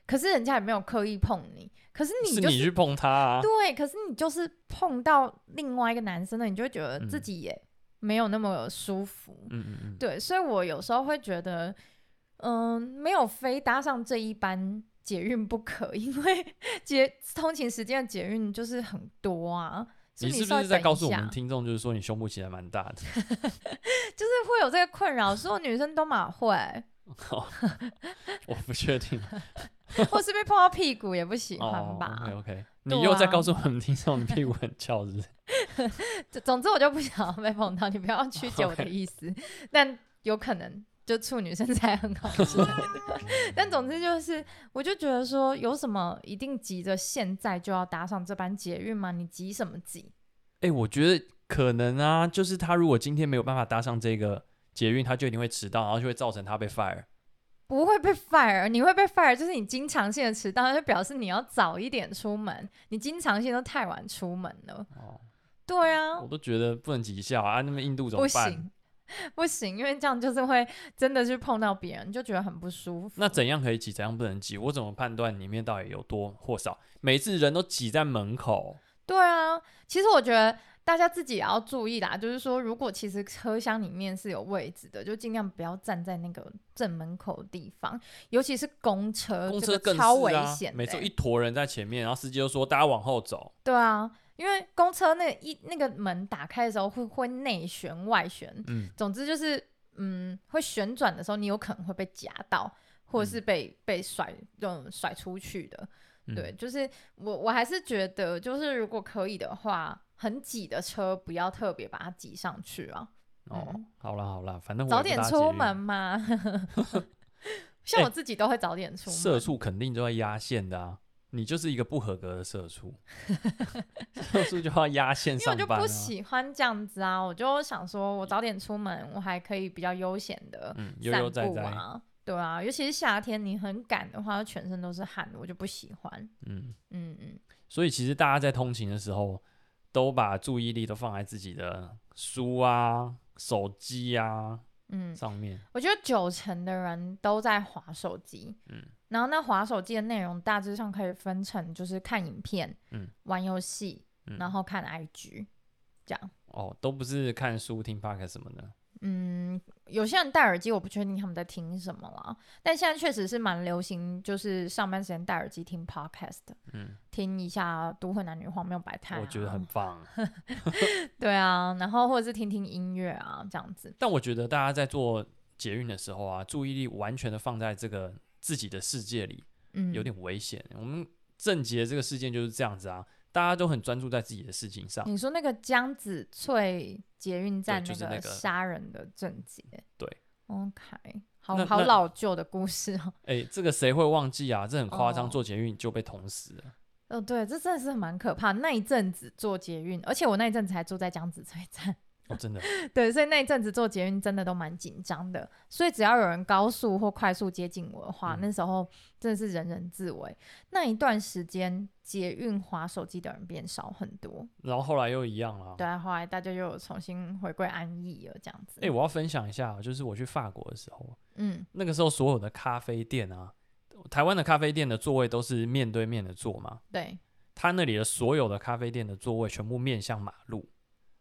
Speaker 1: 可是人家也没有刻意碰你，可是
Speaker 2: 嗯，
Speaker 1: 你
Speaker 2: 是
Speaker 1: 就是
Speaker 2: 你去碰他啊，
Speaker 1: 对，可是你就是碰到另外一个男生的，你就会觉得自
Speaker 2: 嗯
Speaker 1: 己也没有那么舒服，
Speaker 2: 嗯嗯嗯，
Speaker 1: 对，所以我有时候会觉得，嗯，没有非搭上这一班捷运不可， *laughs* 因为捷通勤时间的捷运就是很多啊。所以
Speaker 2: 你是
Speaker 1: 稍
Speaker 2: 不
Speaker 1: 微
Speaker 2: 是在
Speaker 1: 等一
Speaker 2: 告诉我
Speaker 1: 下
Speaker 2: 们听众，就是说你胸部其实还蛮大的？ *laughs*
Speaker 1: 就是会有这个困扰，所有女生都马会，
Speaker 2: *laughs* 我不确定，
Speaker 1: 或是被碰到屁股也不喜欢
Speaker 2: 哦
Speaker 1: 吧。
Speaker 2: ？OK
Speaker 1: *laughs*
Speaker 2: OK，
Speaker 1: 对
Speaker 2: 你又在
Speaker 1: 啊
Speaker 2: 告诉我们听众你屁股很翘，
Speaker 1: *laughs*
Speaker 2: 是不是？
Speaker 1: 总总之，我就不想要被碰到，你不要曲解我的
Speaker 2: OK
Speaker 1: 意思。但有可能就处女身材很好之类的。 *laughs* 但总之就是，我就觉得说，有什么一定急着现在就要搭上这班捷运吗？你急什么急？
Speaker 2: 哎、我觉得可能啊，就是他如果今天没有办法搭上这个捷运，他就一定会迟到，然后就会造成他被 fire。
Speaker 1: 不会被 fire，你会被 fire，就是你经常性的迟到，就表示你要早一点出门，你经常性都太晚出门了。
Speaker 2: 哦，
Speaker 1: 对啊
Speaker 2: 我，都觉得不能挤一下啊，啊那么印度怎么
Speaker 1: 不
Speaker 2: 办？
Speaker 1: 行， *laughs* 不行，因为这样就是会真的去碰到别人，就觉得很不舒服。
Speaker 2: 那怎样可以挤，怎样不能挤？我怎么判断里面到底有多或少？每次人都挤在门口，
Speaker 1: 对啊，其实我觉得大家自己也要注意啦，就是说，如果其实车厢里面是有位置的，就尽量不要站在那个正门口的地方，尤其是公车，
Speaker 2: 公
Speaker 1: 哦这
Speaker 2: 车
Speaker 1: 个
Speaker 2: 更是
Speaker 1: 超危
Speaker 2: 啊
Speaker 1: 险、，的
Speaker 2: 每次
Speaker 1: 欸
Speaker 2: 一坨人在前面，然后司机就说大家往后走，
Speaker 1: 对啊，因为公车那一那个门打开的时候会会内旋外旋，
Speaker 2: 嗯，
Speaker 1: 总之就是嗯会旋转的时候，你有可能会被夹到，或者是被、被甩嗯甩出去的。
Speaker 2: 嗯
Speaker 1: 对，就是我我还是觉得，就是如果可以的话，很挤的车不要特别把它挤上去啊，
Speaker 2: 哦
Speaker 1: 嗯，
Speaker 2: 好啦好啦，反正我也
Speaker 1: 早
Speaker 2: 不
Speaker 1: 点
Speaker 2: 搭捷
Speaker 1: 出
Speaker 2: 运
Speaker 1: 门嘛。 *laughs* 像
Speaker 2: 哎
Speaker 1: 我自己都会早点出门，
Speaker 2: 社畜肯定就要压线的啊，你就是一个不合格的社
Speaker 1: *laughs*
Speaker 2: 畜，社畜就要压线
Speaker 1: 因为
Speaker 2: 上
Speaker 1: 我就
Speaker 2: 班、啊。
Speaker 1: 不喜欢这样子啊，我就想说我早点出门，我还可以比较悠闲的
Speaker 2: 嗯，悠
Speaker 1: 散
Speaker 2: 悠哉
Speaker 1: 步
Speaker 2: 哉，
Speaker 1: 啊，对啊，尤其是夏天，你很赶的话，全身都是汗，我就不喜欢。
Speaker 2: 嗯，
Speaker 1: 嗯嗯，
Speaker 2: 所以其实大家在通勤的时候，都把注意力都放在自己的书啊、手机啊
Speaker 1: 嗯，
Speaker 2: 上面，
Speaker 1: 我觉得九成的人都在划手机，
Speaker 2: 嗯
Speaker 1: 然后那划手机的内容大致上可以分成就是看影片，
Speaker 2: 嗯
Speaker 1: 玩游戏，
Speaker 2: 嗯，
Speaker 1: 然后看 IG，这样。
Speaker 2: 哦，都不是看书、听 p o d c a s t 什么
Speaker 1: *laughs*
Speaker 2: 的，
Speaker 1: 嗯，有些人戴耳机，我不确定他们在听什么啦。但现在确实是蛮流行，就是上班时间戴耳机听 podcast，
Speaker 2: 嗯，
Speaker 1: 听一下《都会男女荒谬百态》啊、
Speaker 2: 我觉得很棒。
Speaker 1: 对啊，然后或者是听听音乐啊，这样子。
Speaker 2: 但我觉得大家在做捷运的时候啊，注意力完全的放在这个自己的世界里，
Speaker 1: 嗯，
Speaker 2: 有点危险。我们郑捷这个事件就是这样子啊，大家都很专注在自己的事情上。
Speaker 1: 你说那个江子翠捷运站
Speaker 2: 对就是那
Speaker 1: 个
Speaker 2: 个
Speaker 1: 杀人的症结，
Speaker 2: 对
Speaker 1: ，OK，好
Speaker 2: 那
Speaker 1: 好
Speaker 2: 那
Speaker 1: 老旧的故事哦。 *laughs*
Speaker 2: 哎、这个谁会忘记啊？这很夸张，
Speaker 1: 哦
Speaker 2: 做捷运就被捅死
Speaker 1: *laughs*
Speaker 2: 了。
Speaker 1: 哦，对，这真的是蛮可怕。那一阵子坐捷运，而且我那一阵子还住在江子翠站， *laughs*
Speaker 2: 哦，真的，
Speaker 1: 对，所以那一阵子坐捷运真的都蛮紧张的。所以只要有人高速或快速接近我的话，
Speaker 2: 嗯
Speaker 1: 那时候真的是人人自危。那一段时间，捷运划手机的人变少很多。
Speaker 2: 然后后来又一样了。
Speaker 1: 对啊，后来大家又有重新回归安逸了，这样子。
Speaker 2: 哎、我要分享一下，就是我去法国的时候，
Speaker 1: 嗯
Speaker 2: 那个时候所有的咖啡店啊，台湾的咖啡店的座位都是面对面的坐嘛，
Speaker 1: 对，
Speaker 2: 他那里的所有的咖啡店的座位全部面向马路。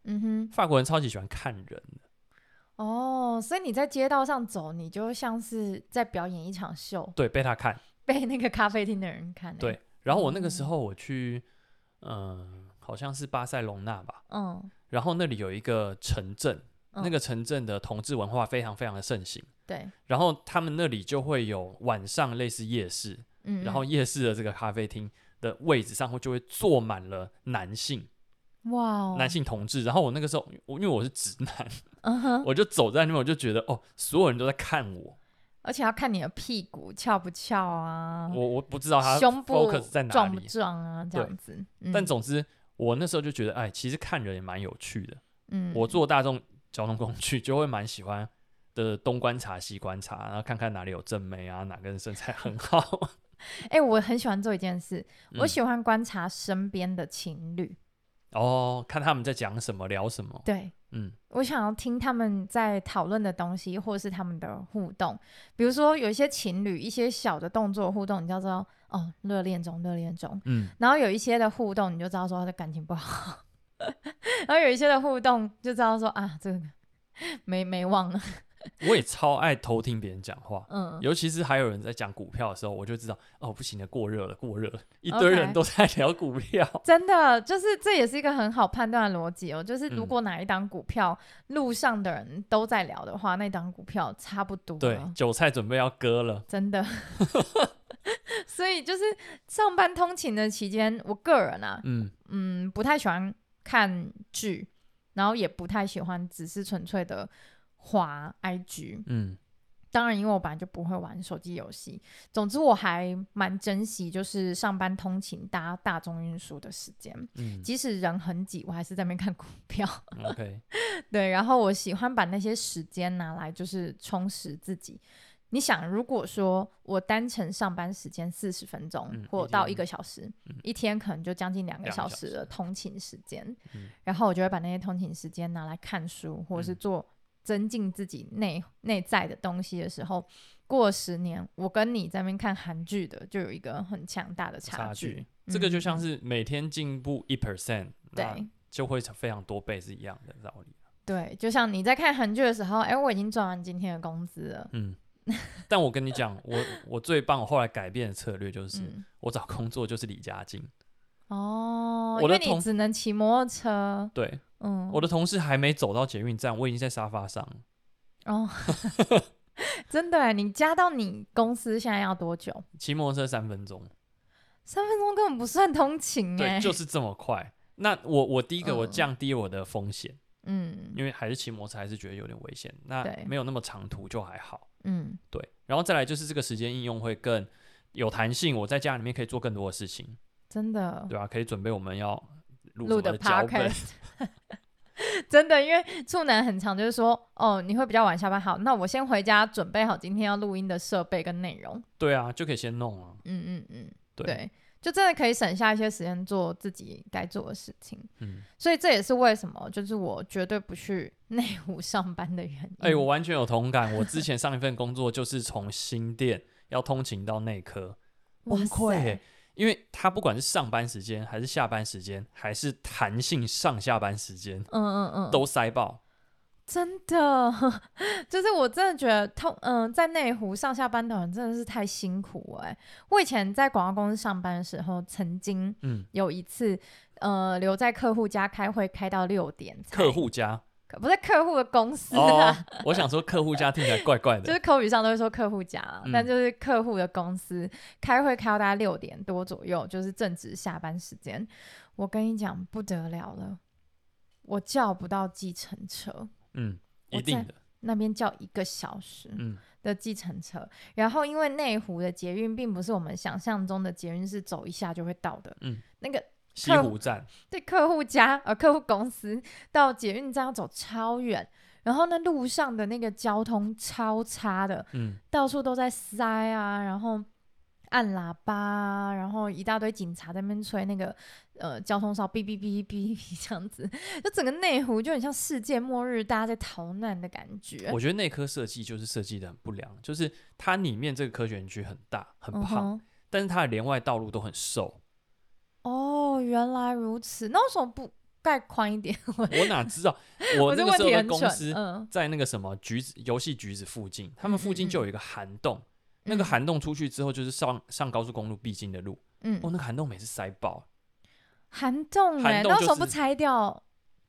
Speaker 1: 嗯哼，
Speaker 2: 法国人超级喜欢看人的，
Speaker 1: 哦，所以你在街道上走，你就像是在表演一场秀，
Speaker 2: 对，被他看。
Speaker 1: 被那个咖啡厅的人看、欸。
Speaker 2: 对，然后我那个时
Speaker 1: 哦
Speaker 2: 候我去，嗯、好像是巴塞隆纳吧，
Speaker 1: 嗯，
Speaker 2: 然后那里有一个城镇，
Speaker 1: 嗯
Speaker 2: 那个城镇的同志文化非常非常的盛行，
Speaker 1: 对，
Speaker 2: 然后他们那里就会有晚上类似夜市，
Speaker 1: 嗯，
Speaker 2: 然后
Speaker 1: 嗯
Speaker 2: 夜市的这个咖啡厅的位置上会就会坐满了男性、
Speaker 1: 哇、哦，
Speaker 2: 男性同志，然后我那个时候我因为我是直男，
Speaker 1: 嗯哼，
Speaker 2: 我就走在那边我就觉得哦，所有人都在看我，
Speaker 1: 而且要看你的屁股翘不翘啊，
Speaker 2: 我我不知道他
Speaker 1: 胸部
Speaker 2: focus 在哪
Speaker 1: 壮不
Speaker 2: 里，
Speaker 1: 壮啊，这
Speaker 2: 对
Speaker 1: 样子。嗯、
Speaker 2: 但总之我那时候就觉得哎，其实看人也蛮有趣的。
Speaker 1: 嗯，
Speaker 2: 我坐大众交通工具就会蛮喜欢的东观察西观察，然后看看哪里有正妹啊，哪个人身材很好。
Speaker 1: 哎、我很喜欢做一件事， *laughs* 我
Speaker 2: 嗯
Speaker 1: 喜欢观察身边的情侣，
Speaker 2: 哦，看他们在讲什么，聊什么。
Speaker 1: 对。
Speaker 2: 嗯，
Speaker 1: 我想要听他们在讨论的东西，或是他们的互动，比如说有一些情侣一些小的动作互动，你就知道哦，热恋中，热恋中。
Speaker 2: 嗯，
Speaker 1: 然后有一些的互动，你就知道说他的感情不好。 *laughs* 然后有一些的互动，就知道说啊，这个没没忘了，
Speaker 2: 我也超爱偷听别人讲话，
Speaker 1: 嗯，
Speaker 2: 尤其是还有人在讲股票的时候，我就知道哦，不行了，过热了，过热了，一堆人
Speaker 1: OK
Speaker 2: 都在聊股票。
Speaker 1: *laughs* 真的就是这也是一个很好判断的逻辑哦。就是如
Speaker 2: 嗯
Speaker 1: 果哪一档股票、路上的人都在聊的话，那档股票差不多
Speaker 2: 对
Speaker 1: 了，
Speaker 2: 韭菜准备要割
Speaker 1: *laughs*
Speaker 2: 了。
Speaker 1: 真的。所以就是上班通勤的期间，我个人啊，
Speaker 2: 嗯，
Speaker 1: 嗯，不太喜欢看剧，然后也不太喜欢只是纯粹的滑 IG。
Speaker 2: 嗯，
Speaker 1: 当然，因为我本来就不会玩手机游戏。总之，我还蛮珍惜就是上班通勤搭大众运输的时间，
Speaker 2: 嗯
Speaker 1: 即使人很挤，我还是在那边看股票。 *laughs*
Speaker 2: ，OK，
Speaker 1: 对，然后我喜欢把那些时间拿来就是充实自己。你想，如果说我单程上班时间四十分钟、
Speaker 2: 嗯
Speaker 1: 或
Speaker 2: 一
Speaker 1: 到
Speaker 2: 天
Speaker 1: 一个小时，
Speaker 2: 嗯
Speaker 1: 一天可能就将近两个
Speaker 2: 两个
Speaker 1: 小
Speaker 2: 小
Speaker 1: 时
Speaker 2: 时
Speaker 1: 的通勤时间，
Speaker 2: 嗯
Speaker 1: 然后我就会把那些通勤时间拿来看书，或者是
Speaker 2: 嗯
Speaker 1: 做增进自己内内在的东西的时候，过十年，我跟你在那边看韩剧的，就有一个很强大的
Speaker 2: 差
Speaker 1: 距。
Speaker 2: 距。这个就像
Speaker 1: 嗯
Speaker 2: 是每天进步一 percent，那
Speaker 1: 对
Speaker 2: 就会非常多倍是一样的道理。
Speaker 1: 对，就像你在看韩剧的时候，哎、我已经赚完今天的工资了。 *laughs*
Speaker 2: 嗯，但我跟你讲，我我最棒，我后来改变的策略就是，
Speaker 1: 嗯，
Speaker 2: 我找工作就是离家近。
Speaker 1: 哦，
Speaker 2: 我
Speaker 1: 因
Speaker 2: 的
Speaker 1: 为你
Speaker 2: 同
Speaker 1: 只能骑摩托车。
Speaker 2: 对，
Speaker 1: 嗯，
Speaker 2: 我的同事还没走到捷运站，我已经在沙发上了。
Speaker 1: 哦， *laughs* 真的耶，欸你加到你公司现在要多久？
Speaker 2: 骑摩托车三分钟，
Speaker 1: 三分钟根本不算通勤哎、
Speaker 2: 对，就是这么快。那我我第一个我
Speaker 1: 嗯
Speaker 2: 降低我的风险，
Speaker 1: 嗯
Speaker 2: 因为还是骑摩托车还是觉得有点危险。那
Speaker 1: 对
Speaker 2: 没有那么长途就还好。
Speaker 1: 嗯
Speaker 2: 对，然后再来就是这个时间应用会更有弹性，我在家里面可以做更多的事情，
Speaker 1: 真的
Speaker 2: 对吧、啊可以准备我们要录什
Speaker 1: 录
Speaker 2: 么
Speaker 1: 的
Speaker 2: 脚本，
Speaker 1: podcast。真 *laughs* 的，因为处男很常就是说，哦，你会比较晚下班，好，那我先回家准备好今天要录音的设备跟内容，
Speaker 2: 对啊，就可以先弄啊。
Speaker 1: 嗯嗯嗯，
Speaker 2: 对，
Speaker 1: 就真的可以省下一些时间做自己该做的事情，
Speaker 2: 嗯，
Speaker 1: 所以这也是为什么就是我绝对不去 *laughs* 内湖上班的原因。
Speaker 2: 哎、我完全有同感。我之前上一份工作就是从新店要通勤到内科，
Speaker 1: 哇
Speaker 2: 崩溃、
Speaker 1: 塞
Speaker 2: 欸，因为他不管是上班时间还是下班时间，还是弹性上下班时间，
Speaker 1: 嗯嗯嗯，
Speaker 2: 都塞爆。
Speaker 1: 真的， *laughs* 就是我真的觉得通，嗯、在内湖上下班的人真的是太辛苦哎、我以前在广告公司上班的时候，曾经
Speaker 2: 嗯，
Speaker 1: 有一次，呃，留在客户家开会，开到六点才。
Speaker 2: 客户
Speaker 1: *laughs*
Speaker 2: 家
Speaker 1: 不是客户的公司啊，
Speaker 2: 哦，我想说客户家听起来怪怪
Speaker 1: 就
Speaker 2: 的
Speaker 1: 是，口语上都会说客户家啦，
Speaker 2: 嗯
Speaker 1: 但就是客户的公司开会开到大概六点多左右，就是正值下班时间。我跟你讲不得了了，我叫不到计程车，
Speaker 2: 嗯，
Speaker 1: 我
Speaker 2: 一定
Speaker 1: 在
Speaker 2: 的，
Speaker 1: 那边叫一个小时。
Speaker 2: 嗯。
Speaker 1: 的计程车，然后因为内湖的捷运并不是我们想象中的捷运是走一下就会到的，
Speaker 2: 嗯，
Speaker 1: 那个
Speaker 2: 西
Speaker 1: 客
Speaker 2: 湖站，
Speaker 1: 对客户家呃客户公司到捷运站要走超远，然后呢路上的那个交通超差的，
Speaker 2: 嗯，
Speaker 1: 到处都在塞啊，然后按喇叭啊，然后一大堆警察在那边吹那个呃交通哨，哔哔哔哔哔这样子， *laughs* 就整个内湖就很像世界末日，大家在逃难的感觉。
Speaker 2: 我觉得内科设计就是设计的很不良，就是它里面这个科学园区很大很
Speaker 1: 嗯
Speaker 2: 胖，
Speaker 1: 哼
Speaker 2: 但是它的连外道路都很瘦。
Speaker 1: 哦，原来如此，那为什么不盖宽一点？我
Speaker 2: 我哪
Speaker 1: *laughs*
Speaker 2: 知道？
Speaker 1: 我
Speaker 2: 我
Speaker 1: 这
Speaker 2: *laughs* 那个
Speaker 1: 问
Speaker 2: 时候
Speaker 1: 题
Speaker 2: 的
Speaker 1: 很
Speaker 2: 公
Speaker 1: 蠢，
Speaker 2: 司
Speaker 1: 嗯，
Speaker 2: 在那个什么橘子游戏橘子附近，他们附近就有一个涵洞，那个
Speaker 1: 嗯，
Speaker 2: 涵洞出去之后就是上上高速公路必经的路。哦，
Speaker 1: 嗯，
Speaker 2: 那个涵洞每次塞爆，
Speaker 1: 涵洞
Speaker 2: 涵
Speaker 1: 哎，
Speaker 2: 洞
Speaker 1: 那为
Speaker 2: 就
Speaker 1: 什么不
Speaker 2: 是
Speaker 1: 拆掉，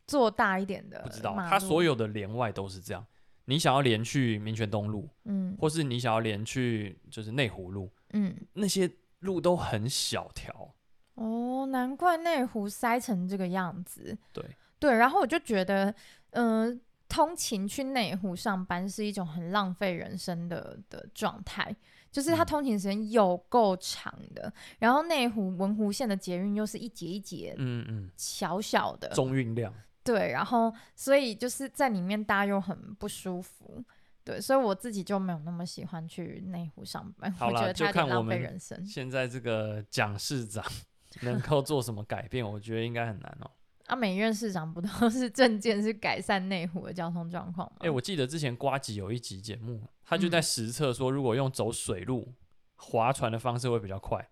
Speaker 1: 做大一点的？
Speaker 2: 不知道它所，有的连外都是这样。你想要连去民权东路，
Speaker 1: 嗯
Speaker 2: 或是你想要连去就是内湖路，
Speaker 1: 嗯，
Speaker 2: 那些路都很小条。
Speaker 1: 哦，难怪内湖塞成这个样子。
Speaker 2: 对
Speaker 1: 对，然后我就觉得，嗯、通勤去内湖上班是一种很浪费人生的的状态，就是它
Speaker 2: 嗯
Speaker 1: 通勤时间有够长的，然后内湖文湖线的捷运又是一节一节
Speaker 2: 嗯嗯，
Speaker 1: 小小的，
Speaker 2: 中运量。
Speaker 1: 对，然后所以就是在里面搭又很不舒服，对，所以我自己就没有那么喜欢去内湖上班，
Speaker 2: 好
Speaker 1: 我觉
Speaker 2: 啦
Speaker 1: 得
Speaker 2: 就
Speaker 1: 它有点
Speaker 2: 看我
Speaker 1: 浪费
Speaker 2: 们
Speaker 1: 人生
Speaker 2: 现在这个蒋市长 *laughs* 能够做什么改变，我觉得应该很难哦。
Speaker 1: 啊。每任市长不都 *laughs* 是证件是改善内湖的交通状况吗？
Speaker 2: 哎、我记得之前瓜吉有一集节目，他就在
Speaker 1: 嗯
Speaker 2: 实测说，如果用走水路、划船的方式会比较快。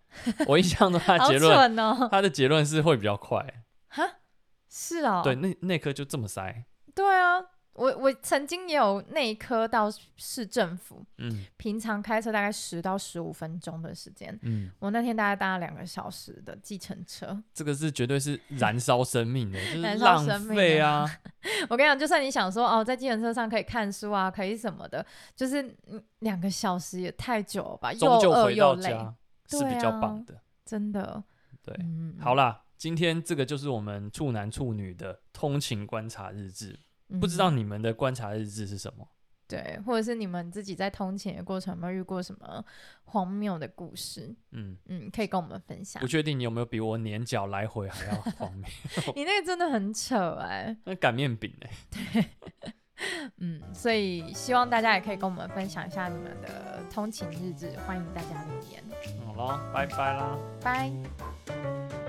Speaker 2: 我印象中他的
Speaker 1: 好
Speaker 2: 结论，
Speaker 1: 蠢哦， *laughs*
Speaker 2: 他的结论是会比较快。
Speaker 1: 哈，是哦，
Speaker 2: *laughs* 对，那那颗就这么塞。
Speaker 1: 对啊，我我曾经也有内科到市政府，
Speaker 2: 嗯
Speaker 1: 平常开车大概十到十五分钟的时间。
Speaker 2: 嗯，
Speaker 1: 我那天大概搭了两个小时的计程车， *laughs*
Speaker 2: 这个是绝对是燃烧生命的，就是
Speaker 1: 燃烧生
Speaker 2: 浪
Speaker 1: 命
Speaker 2: 费
Speaker 1: 啊
Speaker 2: 啊。
Speaker 1: *laughs* 我跟你讲，就算你想说哦，在计程车上可以看书啊，可以什么的，就是嗯两个小时也太久了吧，又
Speaker 2: 终究
Speaker 1: 饿
Speaker 2: 回到
Speaker 1: 又累，
Speaker 2: 家是比较棒的。
Speaker 1: 真的。
Speaker 2: 对，
Speaker 1: 嗯，
Speaker 2: *laughs* 好啦，今天这个就是我们处男处女的通勤观察日志。
Speaker 1: 嗯
Speaker 2: 不知道你们的观察日志是什么？
Speaker 1: 对，或者是你们自己在通勤的过程有没有遇过什么荒谬的故事？
Speaker 2: 嗯，
Speaker 1: 嗯，可以跟我们分享
Speaker 2: 不。确定你有没有比我年脚来回还要 *laughs* 荒谬。
Speaker 1: 你那个真的很扯哎、
Speaker 2: 那擀面饼哎、
Speaker 1: 嗯，所以希望大家也可以跟我们分享一下你们的通勤日志，欢迎大家留言，
Speaker 2: 好咯，拜拜啦。
Speaker 1: 拜。